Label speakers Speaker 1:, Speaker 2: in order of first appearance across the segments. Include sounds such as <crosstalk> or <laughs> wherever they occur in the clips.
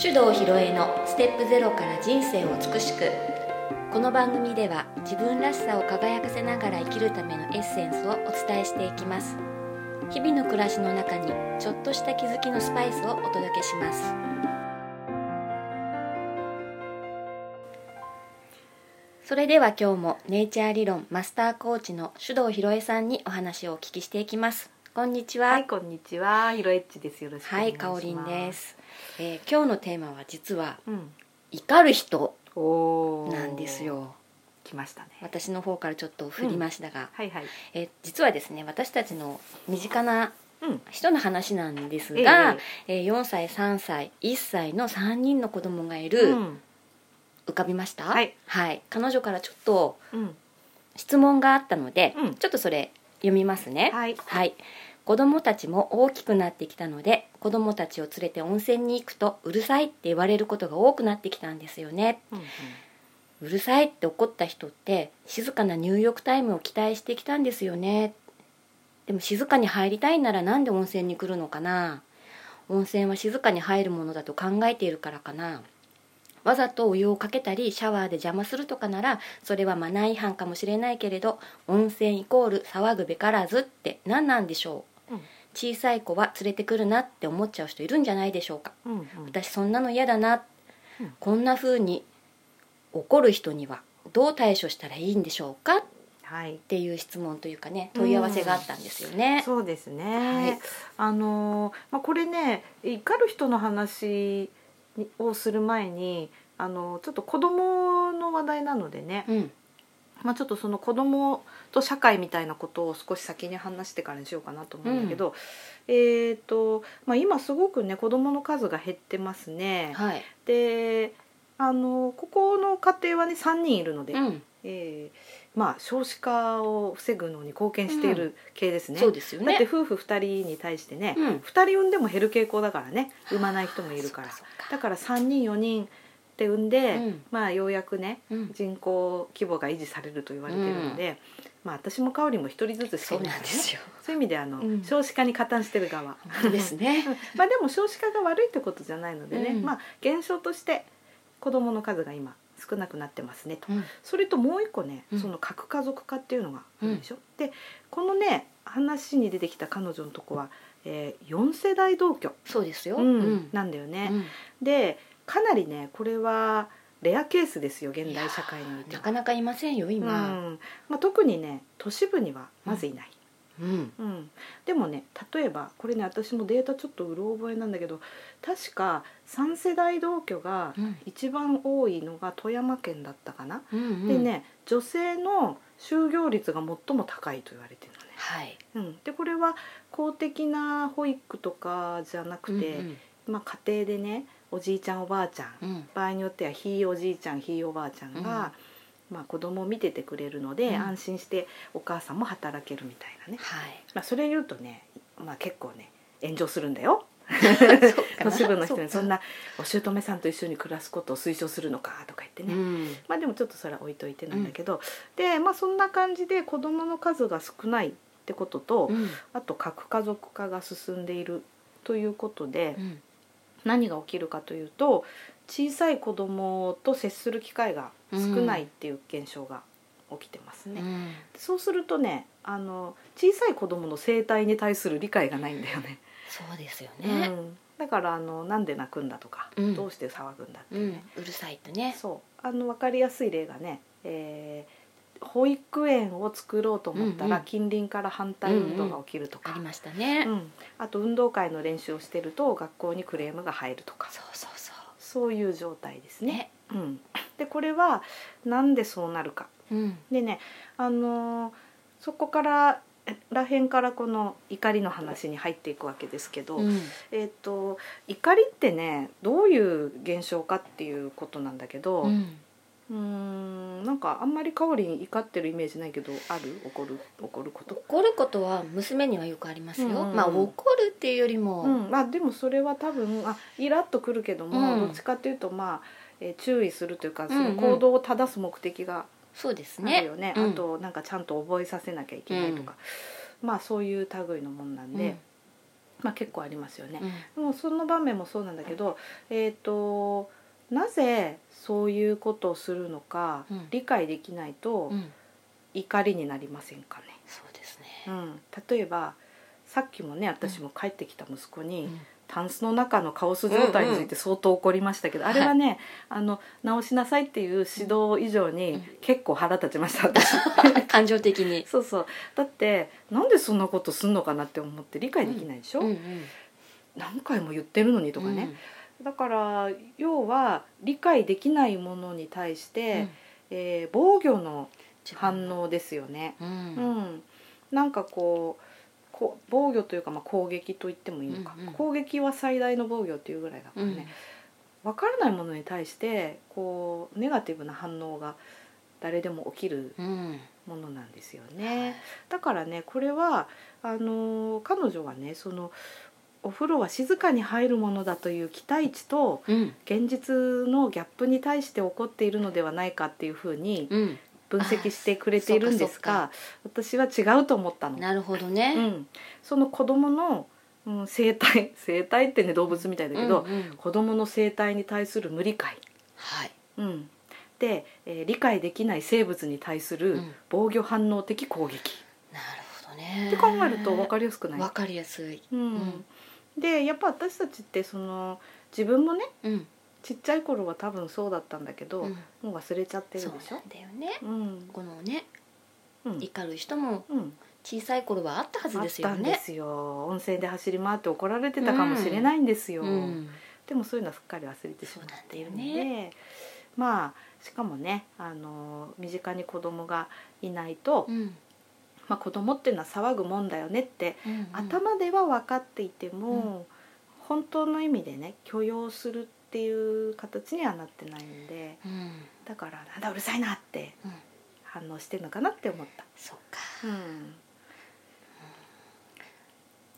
Speaker 1: 手動ひろえのステップゼロから人生を美しくこの番組では自分らしさを輝かせながら生きるためのエッセンスをお伝えしていきます日々の暮らしの中にちょっとした気づきのスパイスをお届けしますそれでは今日もネイチャー理論マスターコーチの手動ひろえさんにお話をお聞きしていきますこんにちは、
Speaker 2: はい、こんにちは。ひろえっちです。よろしくお
Speaker 1: は
Speaker 2: 願い
Speaker 1: い、
Speaker 2: します。
Speaker 1: かおりんで。す、えー今日のテーマは実は
Speaker 2: うん。
Speaker 1: 怒る人
Speaker 2: おー
Speaker 1: なんです。よ
Speaker 2: 来ましたね。
Speaker 1: 私の方からちょっと振りましたが、
Speaker 2: はいはい。
Speaker 1: えー実はですね私たちの身近な
Speaker 2: うん。
Speaker 1: 人の話なんですが
Speaker 2: え、
Speaker 1: えー4歳3歳1歳の3人の子供がい
Speaker 2: え
Speaker 1: る、
Speaker 2: うん。
Speaker 1: 浮かびました
Speaker 2: はい、
Speaker 1: 彼女からちょっと
Speaker 2: うん。
Speaker 1: 質問があったので、
Speaker 2: うん
Speaker 1: ちょっとそれ読みますね
Speaker 2: はい。
Speaker 1: はい、子供たちも大きくなってきたので子供たちを連れて温泉に行くとうるさいって言われることが多くなってきたんですよね
Speaker 2: うん
Speaker 1: うるさいって怒った人って静かな入浴タイムを期待してきたんですよねでも静かに入りたいならなんで温泉に来るのかな温泉は静かに入るものだと考えているからかなわざとお湯をかけたりシャワーで邪魔するとかならそれはマナー違反かもしれないけれど温泉イコール騒ぐべからずって何なんでしょう、
Speaker 2: うん
Speaker 1: 小さい子は連れてくるなって思っちゃう人いるんじゃないでしょうか
Speaker 2: うん。うんうん。
Speaker 1: 私そんなの嫌だな、
Speaker 2: うん
Speaker 1: こんな風に怒る人にはどう対処したらいいんでしょうかっ
Speaker 2: はい。
Speaker 1: ていう質問というかね問い合わせがあったんですよね。
Speaker 2: そうです
Speaker 1: はい
Speaker 2: ね。あのーまあこれね、怒る人の話にをする前に、あのーちょっと子供の話題なのでね、
Speaker 1: うん、
Speaker 2: まあ、ちょっとその子供と社会みたいなことを少し先に話してからにしようかなと思うんだけど、えーとまあ、今すごくね子供の数が減ってますね。
Speaker 1: はい、
Speaker 2: であのここの家庭はね3人いるので、
Speaker 1: うん、
Speaker 2: えーまあ、少子化を防ぐのに貢献している系ですね。
Speaker 1: そうですよ
Speaker 2: だって
Speaker 1: ね。
Speaker 2: 夫婦2人に対してね、
Speaker 1: うん
Speaker 2: 2人産んでも減る傾向だからね産まない人もいるから
Speaker 1: そう
Speaker 2: だから3人4人って産んで、
Speaker 1: うん
Speaker 2: まあ、ようやくね
Speaker 1: そううん、
Speaker 2: 人口規模が維持されると言われているので、まあ私も香りも一人ずつしか
Speaker 1: そ
Speaker 2: いうない
Speaker 1: なんですよ。
Speaker 2: そういう意味であの、
Speaker 1: うん
Speaker 2: 少子化に加担してる側
Speaker 1: 本当ですね。
Speaker 2: <laughs> まあでも少子化が悪いってことじゃないのでね、
Speaker 1: うん
Speaker 2: まあ減少として子どもの数が今少なくなってますねと
Speaker 1: うん、
Speaker 2: それともう一個ね、
Speaker 1: うん
Speaker 2: その核家族化っていうのがあるでしょ、でこのね話に出てきた彼女のとこは、えー、4世代同居、
Speaker 1: そうですよ。
Speaker 2: うん
Speaker 1: うん
Speaker 2: なんだよね、
Speaker 1: うん
Speaker 2: でかなりねこれはレアケースですよ現代社会において
Speaker 1: な
Speaker 2: は
Speaker 1: かなかいませんよ
Speaker 2: う
Speaker 1: 今。
Speaker 2: んまあ、特にね都市部にはまずいない、
Speaker 1: うん、
Speaker 2: うんでもね例えばこれね私もデータちょっとうろ覚えなんだけど確か3世代同居が
Speaker 1: うん、
Speaker 2: 一番多いのが富山県だったかな、
Speaker 1: うん、うん
Speaker 2: で。ね女性の就業率が最も高いと言われてる
Speaker 1: はい。
Speaker 2: のね、うん、でこれは公的な保育とかじゃなくて、
Speaker 1: うん
Speaker 2: まあ、家庭でねおじいちゃんおばあちゃん
Speaker 1: うん、うん、
Speaker 2: 場合によってはひいおじいちゃんひいおばあちゃんが、まあ、子供を見ててくれるので、
Speaker 1: うん
Speaker 2: 安心してお母さんも働けるみたいなね、
Speaker 1: はい。
Speaker 2: まあ、それ言うとね、まあ、結構ね炎上するん
Speaker 1: <laughs>
Speaker 2: だよ <laughs>
Speaker 1: そうか
Speaker 2: 都市部の人に
Speaker 1: そ
Speaker 2: そ
Speaker 1: うんか
Speaker 2: なお姑さんと一緒に暮らすことを推奨するのかとか言ってね、
Speaker 1: うん、
Speaker 2: まあ、でもちょっとそれは置いといてなんだけど、でまあそんな感じで子供の数が少ないってことと、
Speaker 1: うん、
Speaker 2: あと核家族化が進んでいるということで。
Speaker 1: うん、
Speaker 2: 何が起きるかというと小さい子供と接する機会が少ないっていう現象が起きてますね、
Speaker 1: うん
Speaker 2: そうするとねあの小さい子供の生態に対する理解がないんだよね、
Speaker 1: そうですよね。
Speaker 2: うんだからあのなんで泣くんだとか、
Speaker 1: うん
Speaker 2: どうして騒ぐんだって
Speaker 1: う
Speaker 2: いうんね、、
Speaker 1: うるさいとね。
Speaker 2: そうあの分かりやすい例がね、えー保育園を作ろうと思った
Speaker 1: うんう
Speaker 2: ら
Speaker 1: ん
Speaker 2: 近隣から反対運動が起きると
Speaker 1: あ
Speaker 2: か、
Speaker 1: りましたね。
Speaker 2: うんあと運動会の練習をしてると学校にクレームが入るとか
Speaker 1: そうそうそ
Speaker 2: そういう状態です
Speaker 1: う。
Speaker 2: ね。。うん、でこれはなんでそうなるか。
Speaker 1: うん。
Speaker 2: でね、あのーそこからえらへんからこの怒りの話に入っていくわけですけど、
Speaker 1: うん。
Speaker 2: えっ、と怒りってねどういう現象かっていうことなんだけど、
Speaker 1: う。
Speaker 2: うんーんなんかあんまり香りに怒ってるイメージないけどある怒る怒ること。
Speaker 1: 怒ることは娘にはよくありますよ。
Speaker 2: うん
Speaker 1: まあ怒るっていうよりも、
Speaker 2: うん、まあでもそれは多分あイラッとくるけども、
Speaker 1: うん
Speaker 2: どっちかっていうとまあ、えー注意するというかそ
Speaker 1: うんう
Speaker 2: の
Speaker 1: ん
Speaker 2: 行動を正す目的が
Speaker 1: そうです
Speaker 2: ある
Speaker 1: ね。
Speaker 2: よね、
Speaker 1: うん
Speaker 2: あとなんかちゃんと覚えさせなきゃいけないとか、まあそういう類のもんなん
Speaker 1: うん
Speaker 2: で、まあ、結構ありますよね
Speaker 1: う。ん
Speaker 2: でもその場面もそうなんだけど、えー、となぜそういうことをするのか
Speaker 1: うん
Speaker 2: 理解できないと
Speaker 1: うん
Speaker 2: 怒りになりませんかね。
Speaker 1: そうです
Speaker 2: う
Speaker 1: ね、
Speaker 2: ん、例えばさっきもね私も帰ってきた息子に、
Speaker 1: うん
Speaker 2: タンスの中のカオス状態について相当怒りましたけど、あれはね、あの直しなさいっていう指導以上
Speaker 1: う
Speaker 2: に
Speaker 1: ん
Speaker 2: 結構腹立ちました私
Speaker 1: 感情的に、
Speaker 2: そうそうだってなんでそんなことすんのかなって思って理解できないでしょ、
Speaker 1: うんうん、
Speaker 2: 何回も言ってるのにとかね、だから要は理解できないものに対し
Speaker 1: うん、
Speaker 2: て、えー防御の
Speaker 1: 応、
Speaker 2: 反応ですよね。
Speaker 1: うん
Speaker 2: うん、なんかこうこう防御というか、まあ、攻撃と言ってもいいのか、
Speaker 1: うんうん
Speaker 2: 攻撃は最大の防御っていうぐらいだか
Speaker 1: う
Speaker 2: ら
Speaker 1: ん
Speaker 2: ね、分からないものに対してこうネガティブな反応が誰でも起きる
Speaker 1: うん
Speaker 2: ものなんですよね。だからねこれはあのー彼女はねそのお風呂は静かに入るものだという期待値と
Speaker 1: うん
Speaker 2: 現実のギャップに対して起こっているのではないかっていうふうに
Speaker 1: うん、
Speaker 2: 分析してくれているんですが私は違うと思ったの。
Speaker 1: なるほど
Speaker 2: う
Speaker 1: ね、
Speaker 2: ん、その子供の、うん、生態 <laughs> 生態ってね動物みたいだけど、
Speaker 1: うんうん
Speaker 2: 子供の生態に対する無理解、
Speaker 1: はい、
Speaker 2: うん、で、えー理解できない生物に対す
Speaker 1: う
Speaker 2: る
Speaker 1: ん
Speaker 2: 防御反応的攻撃、
Speaker 1: なるほどね
Speaker 2: って考えると分か
Speaker 1: り
Speaker 2: りやすくない、
Speaker 1: わかりやすい、
Speaker 2: うん
Speaker 1: うん
Speaker 2: でやっぱ私たちってその自分もね
Speaker 1: うん
Speaker 2: ちっちゃい頃は多分そうだったんだけど、
Speaker 1: うん、
Speaker 2: もう忘れちゃってる
Speaker 1: そう
Speaker 2: でし
Speaker 1: な
Speaker 2: ょ
Speaker 1: んだよね
Speaker 2: うん
Speaker 1: このね
Speaker 2: うん
Speaker 1: 怒る人も
Speaker 2: うん、
Speaker 1: 小さい頃はあったはず
Speaker 2: あっ
Speaker 1: ですよ
Speaker 2: たんで
Speaker 1: ね
Speaker 2: すよ温泉で走り回って怒られてたかもしれないんですよ、
Speaker 1: うん
Speaker 2: でもそういうのはすっかり忘れてしまっているので、
Speaker 1: そうなんだ
Speaker 2: まあしかもねあの身近に子供がいないと、
Speaker 1: うん
Speaker 2: まあ、子供っていうのは騒ぐもんだよねって、
Speaker 1: うん
Speaker 2: 頭では分かっていても、本当の意味でね許容するっていう形にはなってないんで
Speaker 1: うん
Speaker 2: だからなんだうるさいなって
Speaker 1: うん
Speaker 2: 反応してるのかなって思った。
Speaker 1: そうか
Speaker 2: うん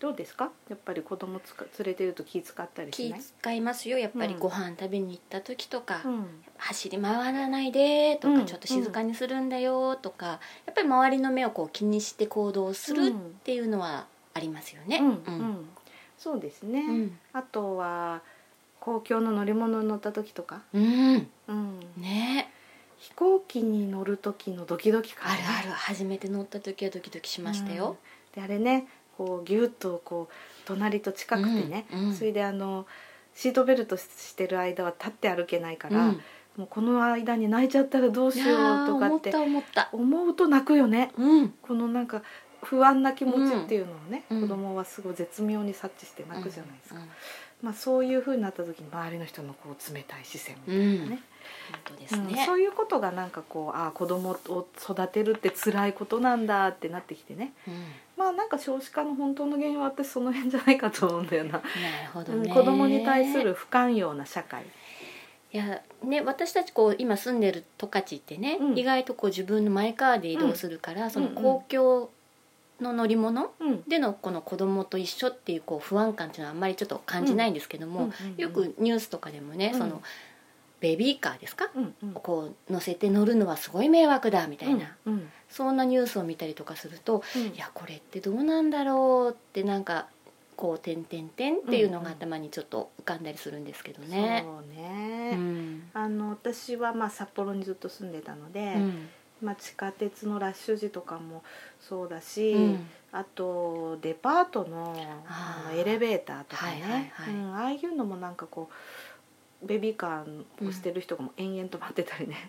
Speaker 2: どうですかやっぱり子供つか連れてると気使ったりし
Speaker 1: 気
Speaker 2: ない
Speaker 1: 使いますよやっぱり
Speaker 2: うん
Speaker 1: ご飯食べに行った時とか、
Speaker 2: うん
Speaker 1: 走り回らないでとか、
Speaker 2: うん
Speaker 1: ちょっと静かにするんだよとかやっぱり周りの目をこう気にして行動するっていうのはありますよね。
Speaker 2: うんうんそうですね、
Speaker 1: うん
Speaker 2: あとは公共の乗り物に乗った時とか、
Speaker 1: うん
Speaker 2: うん
Speaker 1: ね
Speaker 2: 飛行機に乗る時のドキドキ感
Speaker 1: あ
Speaker 2: ね、
Speaker 1: るある初めて乗った時はドキドキしましたよ。
Speaker 2: うん、であれねこうギュッとこう隣と近くてね、
Speaker 1: うんうん
Speaker 2: それであのシートベルトしてる間は立って歩けないから、
Speaker 1: うん
Speaker 2: もうこの間に泣いちゃったらどう
Speaker 1: い
Speaker 2: し
Speaker 1: や
Speaker 2: よう
Speaker 1: ー
Speaker 2: とか
Speaker 1: 思
Speaker 2: っ
Speaker 1: ってた思った。
Speaker 2: 思うと泣くよね
Speaker 1: うん
Speaker 2: このなんか不安な気持ちっていうのをね、
Speaker 1: うん
Speaker 2: 子供はすごい絶妙に察知して泣くじゃないですか、
Speaker 1: うんうん
Speaker 2: まあ、そういう風になった時に周りの人のこう冷たい視線みたいなね,
Speaker 1: 本当で
Speaker 2: う
Speaker 1: す
Speaker 2: ん、
Speaker 1: ね。
Speaker 2: そういうことがなんかこうああ子供を育てるって辛いことなんだってなってきてね
Speaker 1: うん
Speaker 2: まあなんか少子化の本当の原因は私その辺じゃないかと思うんだよな、
Speaker 1: なるほど
Speaker 2: うん
Speaker 1: ね。
Speaker 2: 子供に対する不寛容な社会、
Speaker 1: いやね私たちこう今住んでる十勝ってね、
Speaker 2: うん
Speaker 1: 意外とこう自分のマイカーで移動するから、その
Speaker 2: うんうん
Speaker 1: 公共の乗り物
Speaker 2: うん
Speaker 1: でのこの子供と一緒っていうこう不安感っていうのはあんまりちょっと感じないんですけども、よ、くニュースとかでもね、
Speaker 2: うん
Speaker 1: そのベビーカーですか、
Speaker 2: うんうん、
Speaker 1: こう乗せて乗るのはすごい迷惑だみたいな、
Speaker 2: うんうん
Speaker 1: そんなニュースを見たりとかすると
Speaker 2: うん
Speaker 1: いやこれってどうなんだろうってなんかこう「てんてんてん」っていうのが頭にちょっと浮かんだりするんですけどね。
Speaker 2: そうね、
Speaker 1: うん
Speaker 2: あの私はまあ札幌にずっと住んでたので、
Speaker 1: うん
Speaker 2: まあ、地下鉄のラッシュ時とかもそうだし、
Speaker 1: うん
Speaker 2: あとデパートの
Speaker 1: あー
Speaker 2: あのエレベーターとか
Speaker 1: はいはい
Speaker 2: ね
Speaker 1: はい
Speaker 2: うんああいうのもなんかこうベビーカーをしてる人がもう延々と待ってたりね、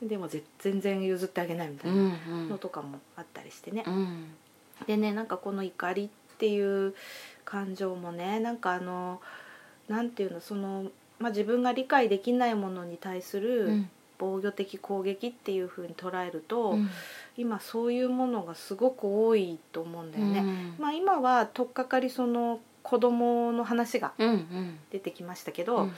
Speaker 1: うん
Speaker 2: でもぜ全然譲ってあげないみた
Speaker 1: う
Speaker 2: いなんのとかもあったりしてね
Speaker 1: う、ん
Speaker 2: でねなんかこの怒りっていう感情もねなんかあのなんていうのその、まあ、自分が理解できないものに対す
Speaker 1: う
Speaker 2: る
Speaker 1: ん
Speaker 2: 防御的攻撃っていうふうに捉える
Speaker 1: う
Speaker 2: と、
Speaker 1: ん
Speaker 2: 今そういうものがすごく多いと思うんだよね。まあ、今はとっかかりその子供の話が
Speaker 1: うんうん
Speaker 2: 出てきましたけ
Speaker 1: う
Speaker 2: ど、
Speaker 1: ん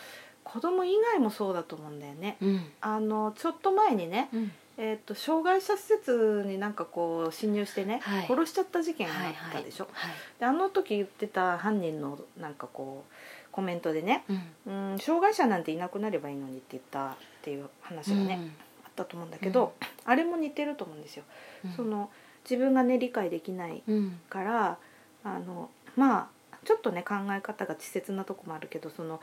Speaker 2: 子供以外もそうだと思うんだよね。
Speaker 1: うん
Speaker 2: あのちょっと前にね、
Speaker 1: うん
Speaker 2: えー、と障害者施設になんかこう侵入してね、
Speaker 1: はい
Speaker 2: 殺しちゃった事件が
Speaker 1: は
Speaker 2: あ
Speaker 1: い
Speaker 2: っ
Speaker 1: は
Speaker 2: た
Speaker 1: い
Speaker 2: でしょ、
Speaker 1: はい
Speaker 2: であの時言ってた犯人のなんかこうコメントでね
Speaker 1: うん
Speaker 2: うん障害者なんていなくなればいいのにって言ったっていう話がね、あったと思うんだけど、あれも似てると思うんですよ。
Speaker 1: うん
Speaker 2: その自分がね理解できない
Speaker 1: うん
Speaker 2: からあのまあちょっとね考え方が稚拙なとこもあるけどその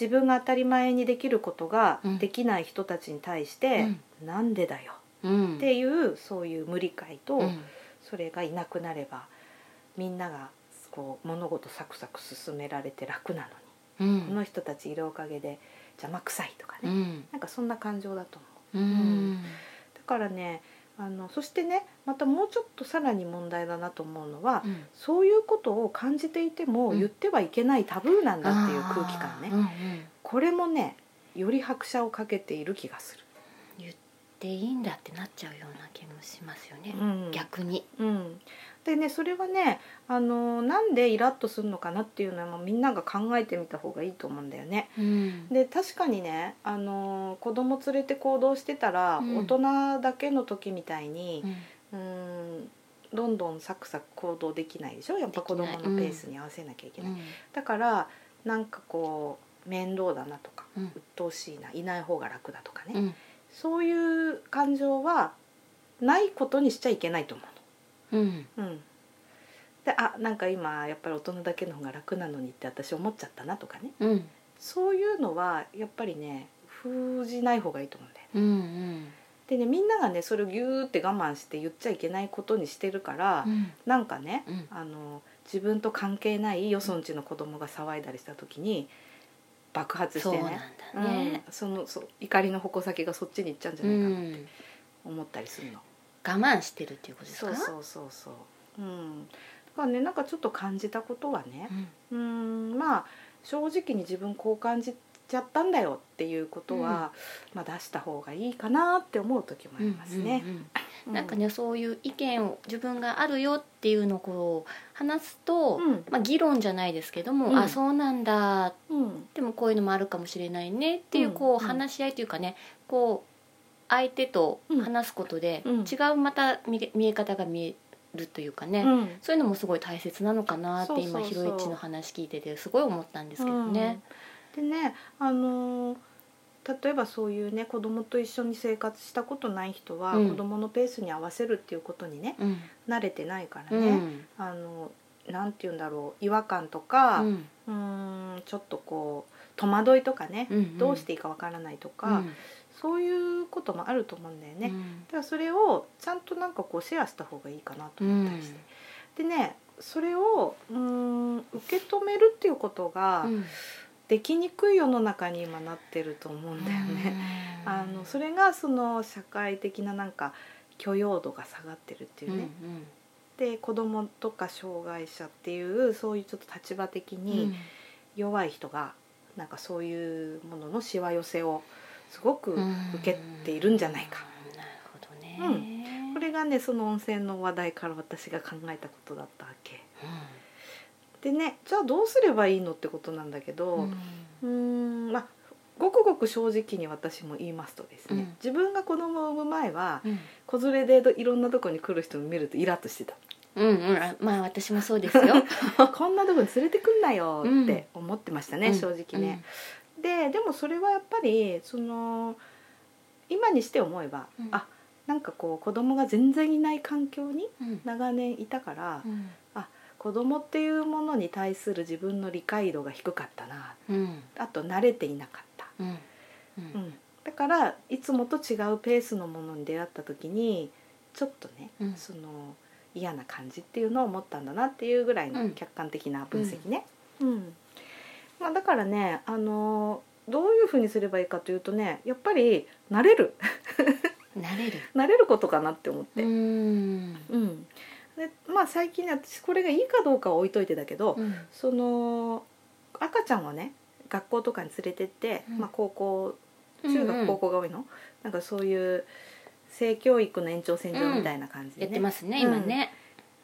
Speaker 2: 自分が当たり前にできることが
Speaker 1: うん
Speaker 2: できない人たちに対して「なんでだよ」
Speaker 1: うん
Speaker 2: っていうそういう無理解と、
Speaker 1: うん
Speaker 2: それがいなくなればみんながこう物事サクサク進められて楽なのに、
Speaker 1: う
Speaker 2: こ
Speaker 1: ん
Speaker 2: の人たちいるおかげで邪魔くさいとか
Speaker 1: う
Speaker 2: ね、
Speaker 1: ん
Speaker 2: なんかそんな感情だと思う。
Speaker 1: うん
Speaker 2: だからねあのそしてねまたもうちょっとさらに問題だなと思うのは、
Speaker 1: うん
Speaker 2: そういうことを感じていても
Speaker 1: うん
Speaker 2: 言ってはいけないタブーなんだっていう空気感ね、
Speaker 1: あーうんうん
Speaker 2: これもねより拍車をかけている気がする、
Speaker 1: でいいんだってなっちゃうような気もしますよね、
Speaker 2: うん
Speaker 1: 逆に
Speaker 2: うん、でねそれはねあのなんでイラッとするのかなっていうのはもうみんなが考えてみた方がいいと思うんだよね。
Speaker 1: うん
Speaker 2: で確かにねあの子供連れて行動してたら、
Speaker 1: うん
Speaker 2: 大人だけの時みたいに
Speaker 1: う、ん
Speaker 2: うーんどんどんサクサク行動できないでしょやっぱ子どもの
Speaker 1: でき
Speaker 2: ペ
Speaker 1: ない
Speaker 2: ースに合わせなきゃいけない、だからなんかこう面倒だなとか
Speaker 1: うん
Speaker 2: 鬱陶しいないない方が楽だとかね、
Speaker 1: うん
Speaker 2: そういう感情はないことにしちゃいけないと思
Speaker 1: うん
Speaker 2: うの。うんであなんか今やっぱり大人だけの方が楽なのにって私思っちゃったなとかね
Speaker 1: うん
Speaker 2: そういうのはやっぱりね封じない方がいいと思うんだよね。
Speaker 1: うんうん
Speaker 2: でねみんながねそれをギューって我慢して言っちゃいけないことにしてるから、
Speaker 1: うん
Speaker 2: なんかね
Speaker 1: うん
Speaker 2: あの自分と関係ないよそんちの子供が騒いだりした時に爆発し
Speaker 1: そう
Speaker 2: て
Speaker 1: なん
Speaker 2: ね
Speaker 1: だね、
Speaker 2: うん、そのそう怒りの矛先がそっちに行っちゃうんじゃ
Speaker 1: う
Speaker 2: ない
Speaker 1: ん
Speaker 2: かなって思ったりするの、
Speaker 1: 我慢してるっていうことです
Speaker 2: そ
Speaker 1: か
Speaker 2: うそうそうそううんだからねなんかちょっと感じたことはね
Speaker 1: うん
Speaker 2: うんまあ正直に自分こう感じちゃったんだよっていうことは、まあ、出した方がいいかなって思う時もありますね。
Speaker 1: うんうんうん
Speaker 2: う
Speaker 1: なんかねそういう意見を自分があるよっていうのをこう話すと、
Speaker 2: うん
Speaker 1: まあ、議論じゃないですけども、
Speaker 2: うん
Speaker 1: あそうなんだ
Speaker 2: うん
Speaker 1: でもこういうのもあるかもしれないねっていう
Speaker 2: うん
Speaker 1: こう
Speaker 2: うん
Speaker 1: 話し合いというかねこう相手と話すことで
Speaker 2: うん
Speaker 1: 違うまた見れ見え方が見えるというかね、
Speaker 2: うん
Speaker 1: そういうのもすごい大切なのかなって今
Speaker 2: そうそう
Speaker 1: ひ
Speaker 2: そう
Speaker 1: ろいちの話聞いててすごい思ったんですけどね。
Speaker 2: うん。でね、あのー例えばそういうね子供と一緒に生活したことない人は、
Speaker 1: うん
Speaker 2: 子供のペースに合わせるっていうことにね
Speaker 1: うん
Speaker 2: 慣れてないから
Speaker 1: う
Speaker 2: ね、
Speaker 1: ん
Speaker 2: あのなんて言うんだろう違和感とか、
Speaker 1: う
Speaker 2: うんーん、ちょっとこう戸惑いとかね、
Speaker 1: うん
Speaker 2: どうしていいかわからないとか、
Speaker 1: うん
Speaker 2: そういうこともあると思うんだよね。
Speaker 1: うん
Speaker 2: だからそれをちゃんとなんかこうシェアした方がいいかなと思ったりして、でねそれをうーん受け止めるっていうことが、
Speaker 1: うん
Speaker 2: できにくい世の中に今なってると思うんだよね。あのそれがその社会的ななんか許容度が下がってるっていうね、
Speaker 1: うん
Speaker 2: で子供とか障害者っていうそういうちょっと立場的
Speaker 1: うん
Speaker 2: に弱い人がなんかそういうもののしわ寄せをすごく受けているんじゃないか、
Speaker 1: うんなるほどね、
Speaker 2: これがねその温泉の話題から私が考えたことだったわけでねじゃあどうすればいいのってことなんだけど、
Speaker 1: うん
Speaker 2: うーんまあごくごく正直に私も言いますとですね、
Speaker 1: うん
Speaker 2: 自分が子供を産む前は
Speaker 1: うん
Speaker 2: 子連れでいろんなとこに来る人を見るとイラッとし
Speaker 1: <laughs>
Speaker 2: てた
Speaker 1: うんうんあまあ私もそうですよ
Speaker 2: こんなとこに連れてくんなよって思ってましたね、
Speaker 1: うん
Speaker 2: 正直ね、ででもそれはやっぱりその今にして思えば、
Speaker 1: うん
Speaker 2: あなんかこう子供が全然いない環境に
Speaker 1: うんうん
Speaker 2: 長年いたから、
Speaker 1: うん
Speaker 2: 子供っていうものに対する自分の理解度が低かったな
Speaker 1: うん
Speaker 2: あと慣れていなかった
Speaker 1: うんう
Speaker 2: うんん、だからいつもと違うペースのものに出会った時にちょっとね、
Speaker 1: うん
Speaker 2: その嫌な感じっていうのを思ったんだなっていうぐらいうの
Speaker 1: ん
Speaker 2: 客観的な分析ね。うんまあ、だからねあのどういうふうにすればいいかというとねやっぱり慣れる <laughs>
Speaker 1: 慣れる
Speaker 2: 慣れることかなって思って、
Speaker 1: う
Speaker 2: うん
Speaker 1: ん
Speaker 2: でまあ、最近ね私これがいいかどうかは置いといてだけど、
Speaker 1: うん
Speaker 2: その赤ちゃんをね学校とかに連れてって、
Speaker 1: うん
Speaker 2: まあ、高校中学高校が多いの、なんかそういう性教育の延長線上みたいな感じ
Speaker 1: や
Speaker 2: で
Speaker 1: っ
Speaker 2: ね、
Speaker 1: てますね今ね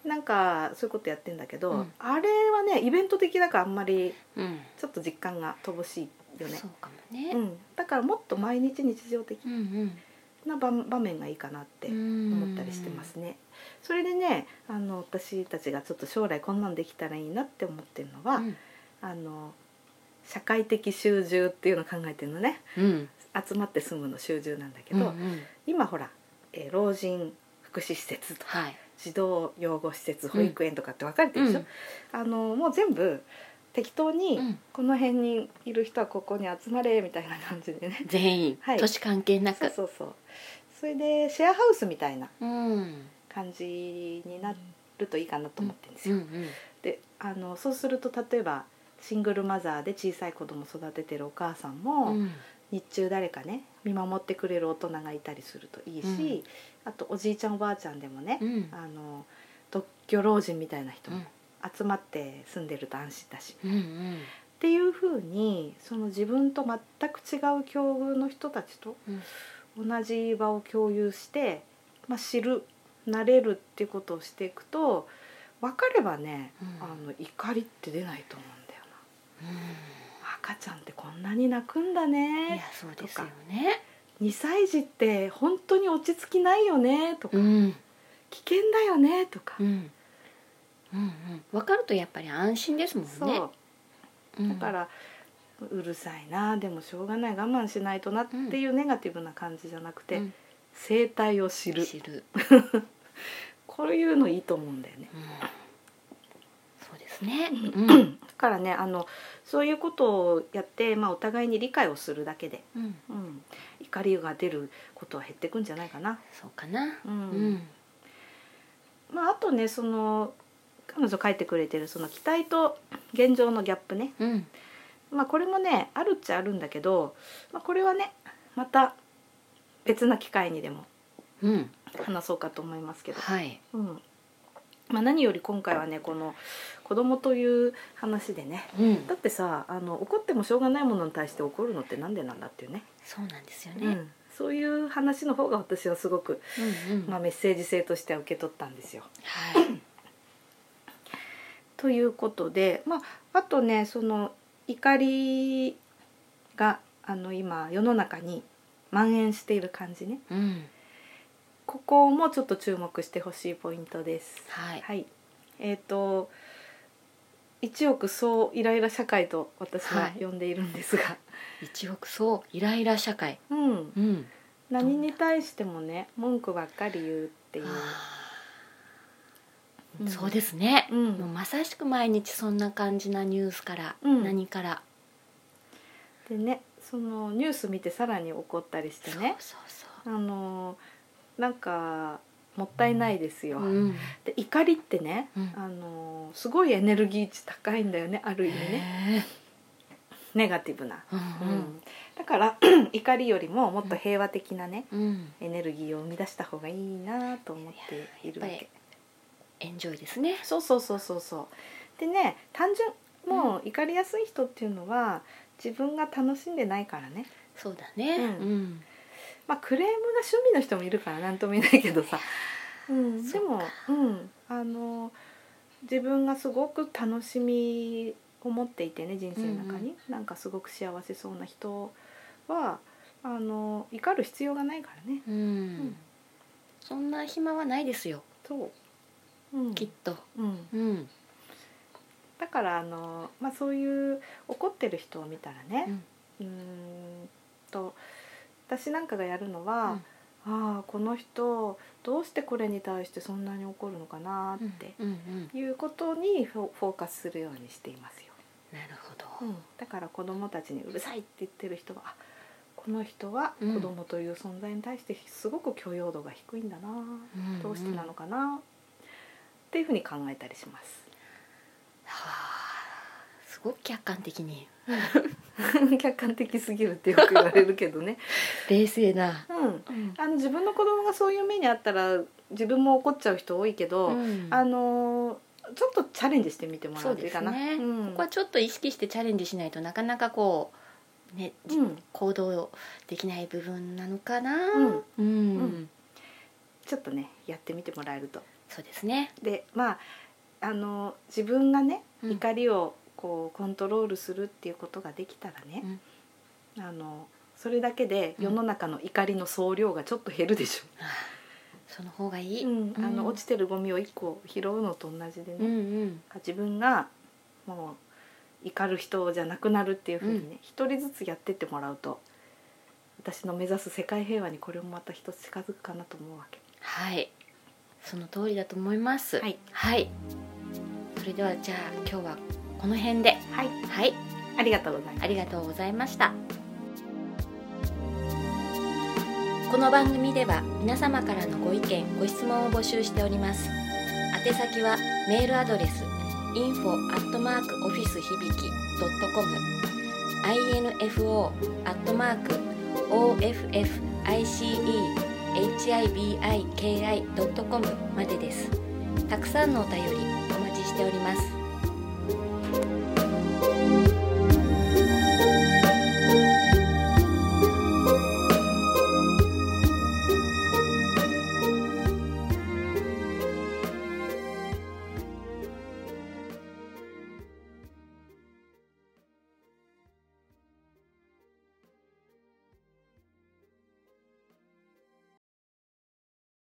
Speaker 2: なんかそういうことやってんだけど、
Speaker 1: うん
Speaker 2: あれはねイベント的だからあんまり
Speaker 1: うん
Speaker 2: ちょっと実感が乏しいよね
Speaker 1: そうかも
Speaker 2: う
Speaker 1: ね
Speaker 2: ん、だからもっと毎日日常的
Speaker 1: うんうん
Speaker 2: な場場面がいいかなって思ったりしてますね、それでねあの私たちがちょっと将来こんなんできたらいいなって思ってるのは、
Speaker 1: うん
Speaker 2: あの社会的集中っていうのを考えてるのね
Speaker 1: うん
Speaker 2: 集まって住むの集中なんだけ
Speaker 1: うんう
Speaker 2: ど、
Speaker 1: ん
Speaker 2: 今ほら、えー老人福祉施設とか
Speaker 1: はい
Speaker 2: 児童養護施設保育園とかって分かれてるでしょ、
Speaker 1: うん
Speaker 2: あのもう全部適当に、
Speaker 1: うん
Speaker 2: この辺にいる人はここに集まれみたいな感じでね
Speaker 1: 全員、
Speaker 2: はい
Speaker 1: 年関係な
Speaker 2: そう
Speaker 1: く
Speaker 2: そうそうそれでシェアハウスみたいな
Speaker 1: うん
Speaker 2: 感じになるといいかなと思ってるんです
Speaker 1: うんう
Speaker 2: よ、
Speaker 1: ん
Speaker 2: であのそうすると例えばシングルマザーで小さい子供育ててるお母さんも、
Speaker 1: うん
Speaker 2: 日中誰かね見守ってくれる大人がいたりするといいし、
Speaker 1: うん
Speaker 2: あとおじいちゃんおばあちゃんでもね、
Speaker 1: うん
Speaker 2: あの独居老人みたいな人
Speaker 1: う
Speaker 2: も
Speaker 1: ん
Speaker 2: 集まって住んでると安心だし、
Speaker 1: うんうん
Speaker 2: っていうふうにその自分と全く違う境遇の人たちと
Speaker 1: うん
Speaker 2: 同じ場を共有して、まあ、知る慣れるっていうことをしていくと分かればね、
Speaker 1: うん
Speaker 2: あの怒りって出ないと思うんだよな赤ちゃんってこんなに泣くんだ
Speaker 1: うんい
Speaker 2: ね
Speaker 1: やそうですよね
Speaker 2: 2歳児って本当に落ち着きないよねとか、
Speaker 1: うん
Speaker 2: 危険だよねとか、
Speaker 1: うんうんうん分かるとやっぱり安心ですもんね
Speaker 2: そ
Speaker 1: う
Speaker 2: う、
Speaker 1: ん
Speaker 2: だから、うるさいなでもしょうがない我慢しないとなっていうネガティブな感じじゃなくて、
Speaker 1: うん
Speaker 2: 生態を知る
Speaker 1: 知る
Speaker 2: こういうのいいと思うんだよね
Speaker 1: うんそうですねうん
Speaker 2: だからねあのそういうことをやって、まあ、お互いに理解をするだけで、
Speaker 1: うん
Speaker 2: うん、怒りが出ることは減ってくんじゃないかな、
Speaker 1: そうかな
Speaker 2: うん
Speaker 1: うん
Speaker 2: まあ、あとねその彼女書いてくれてるその期待と現状のギャップね、
Speaker 1: うん
Speaker 2: まあ、これもねあるっちゃあるんだけど、まあ、これはねまた別な機会にでも
Speaker 1: うん
Speaker 2: 話そうかと思いますけど、
Speaker 1: はい
Speaker 2: うんまあ、何より今回はねこの子供という話でね
Speaker 1: うん
Speaker 2: だってさあの怒ってもしょうがないものに対して怒るのってなんでなんだっていうね
Speaker 1: そうなんですよ
Speaker 2: う
Speaker 1: ね
Speaker 2: んそういう話の方が私はすごく、
Speaker 1: うんうん
Speaker 2: まあ、メッセージ性としては受け取ったんですよ。
Speaker 1: はい
Speaker 2: ということで、まあ、あとねその怒りがあの今世の中に蔓延している感じね
Speaker 1: うん
Speaker 2: ここもちょっと注目してほしいポイントです。
Speaker 1: はい
Speaker 2: はい、えっ、と一億総イライラ社会と私は呼んでいるんですが、 <laughs>
Speaker 1: 一億総イライラ社会
Speaker 2: うん、
Speaker 1: うん
Speaker 2: 何に対してもね文句ばっかり言うっていう、うん
Speaker 1: そうですね、
Speaker 2: うん
Speaker 1: もうまさしく毎日そんな感じなニュースから、
Speaker 2: うん
Speaker 1: 何から、
Speaker 2: でねそのニュース見てさらに怒ったりしてね
Speaker 1: そうそ
Speaker 2: あのなんかもったいないですよ、
Speaker 1: う、うん、
Speaker 2: で怒りってね、
Speaker 1: うん
Speaker 2: あのすごいエネルギー値高いんだよねある意味ね
Speaker 1: ね、
Speaker 2: ネガティブな、
Speaker 1: う
Speaker 2: うん
Speaker 1: ん
Speaker 2: だから <clears throat> 怒りよりももっと平和的なね、
Speaker 1: うん、うん、
Speaker 2: エネルギーを生み出した方がいいなと思っているわ
Speaker 1: やっぱ
Speaker 2: け
Speaker 1: エンジョイですね、
Speaker 2: そうそうそうそうそうでね単純もう怒りやすい人っていうのは自分が楽しんでないからね
Speaker 1: そうだね、
Speaker 2: うん
Speaker 1: うん、
Speaker 2: まあクレームが趣味の人もいるから何とも言えないけどさ、うん、でもうんあの自分がすごく楽しみを持っていてね人生の中に、なんかすごく幸せそうな人はあの怒る必要がないからね
Speaker 1: うん、そんな暇はないですよ、
Speaker 2: そう、うん
Speaker 1: きっと、
Speaker 2: うん、
Speaker 1: うん、
Speaker 2: だからあの、まあ、そういう怒ってる人を見たらねうーんと私なんかがやるのは、ああこの人どうしてこれに対してそんなに怒るのかな
Speaker 1: うん、
Speaker 2: って
Speaker 1: うん、うん、
Speaker 2: いうことにフォフォーカスするようにしていますよ。
Speaker 1: なるほど、
Speaker 2: だから子供たちに「うるさい!」って言ってる人はあこの人は
Speaker 1: うん
Speaker 2: 子供という存在に対してすごく許容度が低いんだな、
Speaker 1: ん
Speaker 2: どうしてなのかなっていうふうに考えたりします。 <laughs>
Speaker 1: はあ、すごく客観的に
Speaker 2: 客観的すぎるってよく言われるけどね、
Speaker 1: 冷静な、
Speaker 2: うん、
Speaker 1: うん
Speaker 2: あの自分の子供がそういう目にあったら自分も怒っちゃう人多いけど、
Speaker 1: うん
Speaker 2: あのーちょっとチャレンジしてみてもら
Speaker 1: そう
Speaker 2: うとい
Speaker 1: で
Speaker 2: いか
Speaker 1: す
Speaker 2: な
Speaker 1: ね、
Speaker 2: うん
Speaker 1: ここはちょっと意識してチャレンジしないとなかなかこうね、じ
Speaker 2: うん
Speaker 1: 行動できない部分なのかな
Speaker 2: う
Speaker 1: う
Speaker 2: ん
Speaker 1: ん
Speaker 2: うんちょっとねやってみてもらえると。
Speaker 1: そうですね
Speaker 2: でまああのー自分がね
Speaker 1: うん
Speaker 2: 怒りをこうコントロールするっていうことができたらね、あのーそれだけで世の中の怒りの総量がちょっと減るでしょ。
Speaker 1: ああその方がいい、
Speaker 2: うん、あ
Speaker 1: う
Speaker 2: の
Speaker 1: ん
Speaker 2: 落ちてるゴミを一個拾うのと同じでね、
Speaker 1: うんうん
Speaker 2: 自分がもう怒る人じゃなくなるっていうふうにね一、人ずつやってってもらうと私の目指す世界平和にこれもまた一つ近づくかなと思うわけ。
Speaker 1: はいその通りだと思います
Speaker 2: はい、
Speaker 1: はい、それではじゃあ今日はこの辺で
Speaker 2: はい、
Speaker 1: はい
Speaker 2: ありがとうございます
Speaker 1: ありがとうございましたこの番組では皆様からのご意見ご質問を募集しております宛先はメールアドレス info office 響き .com info officehibiki.com までですたくさんのお便りお待ちしております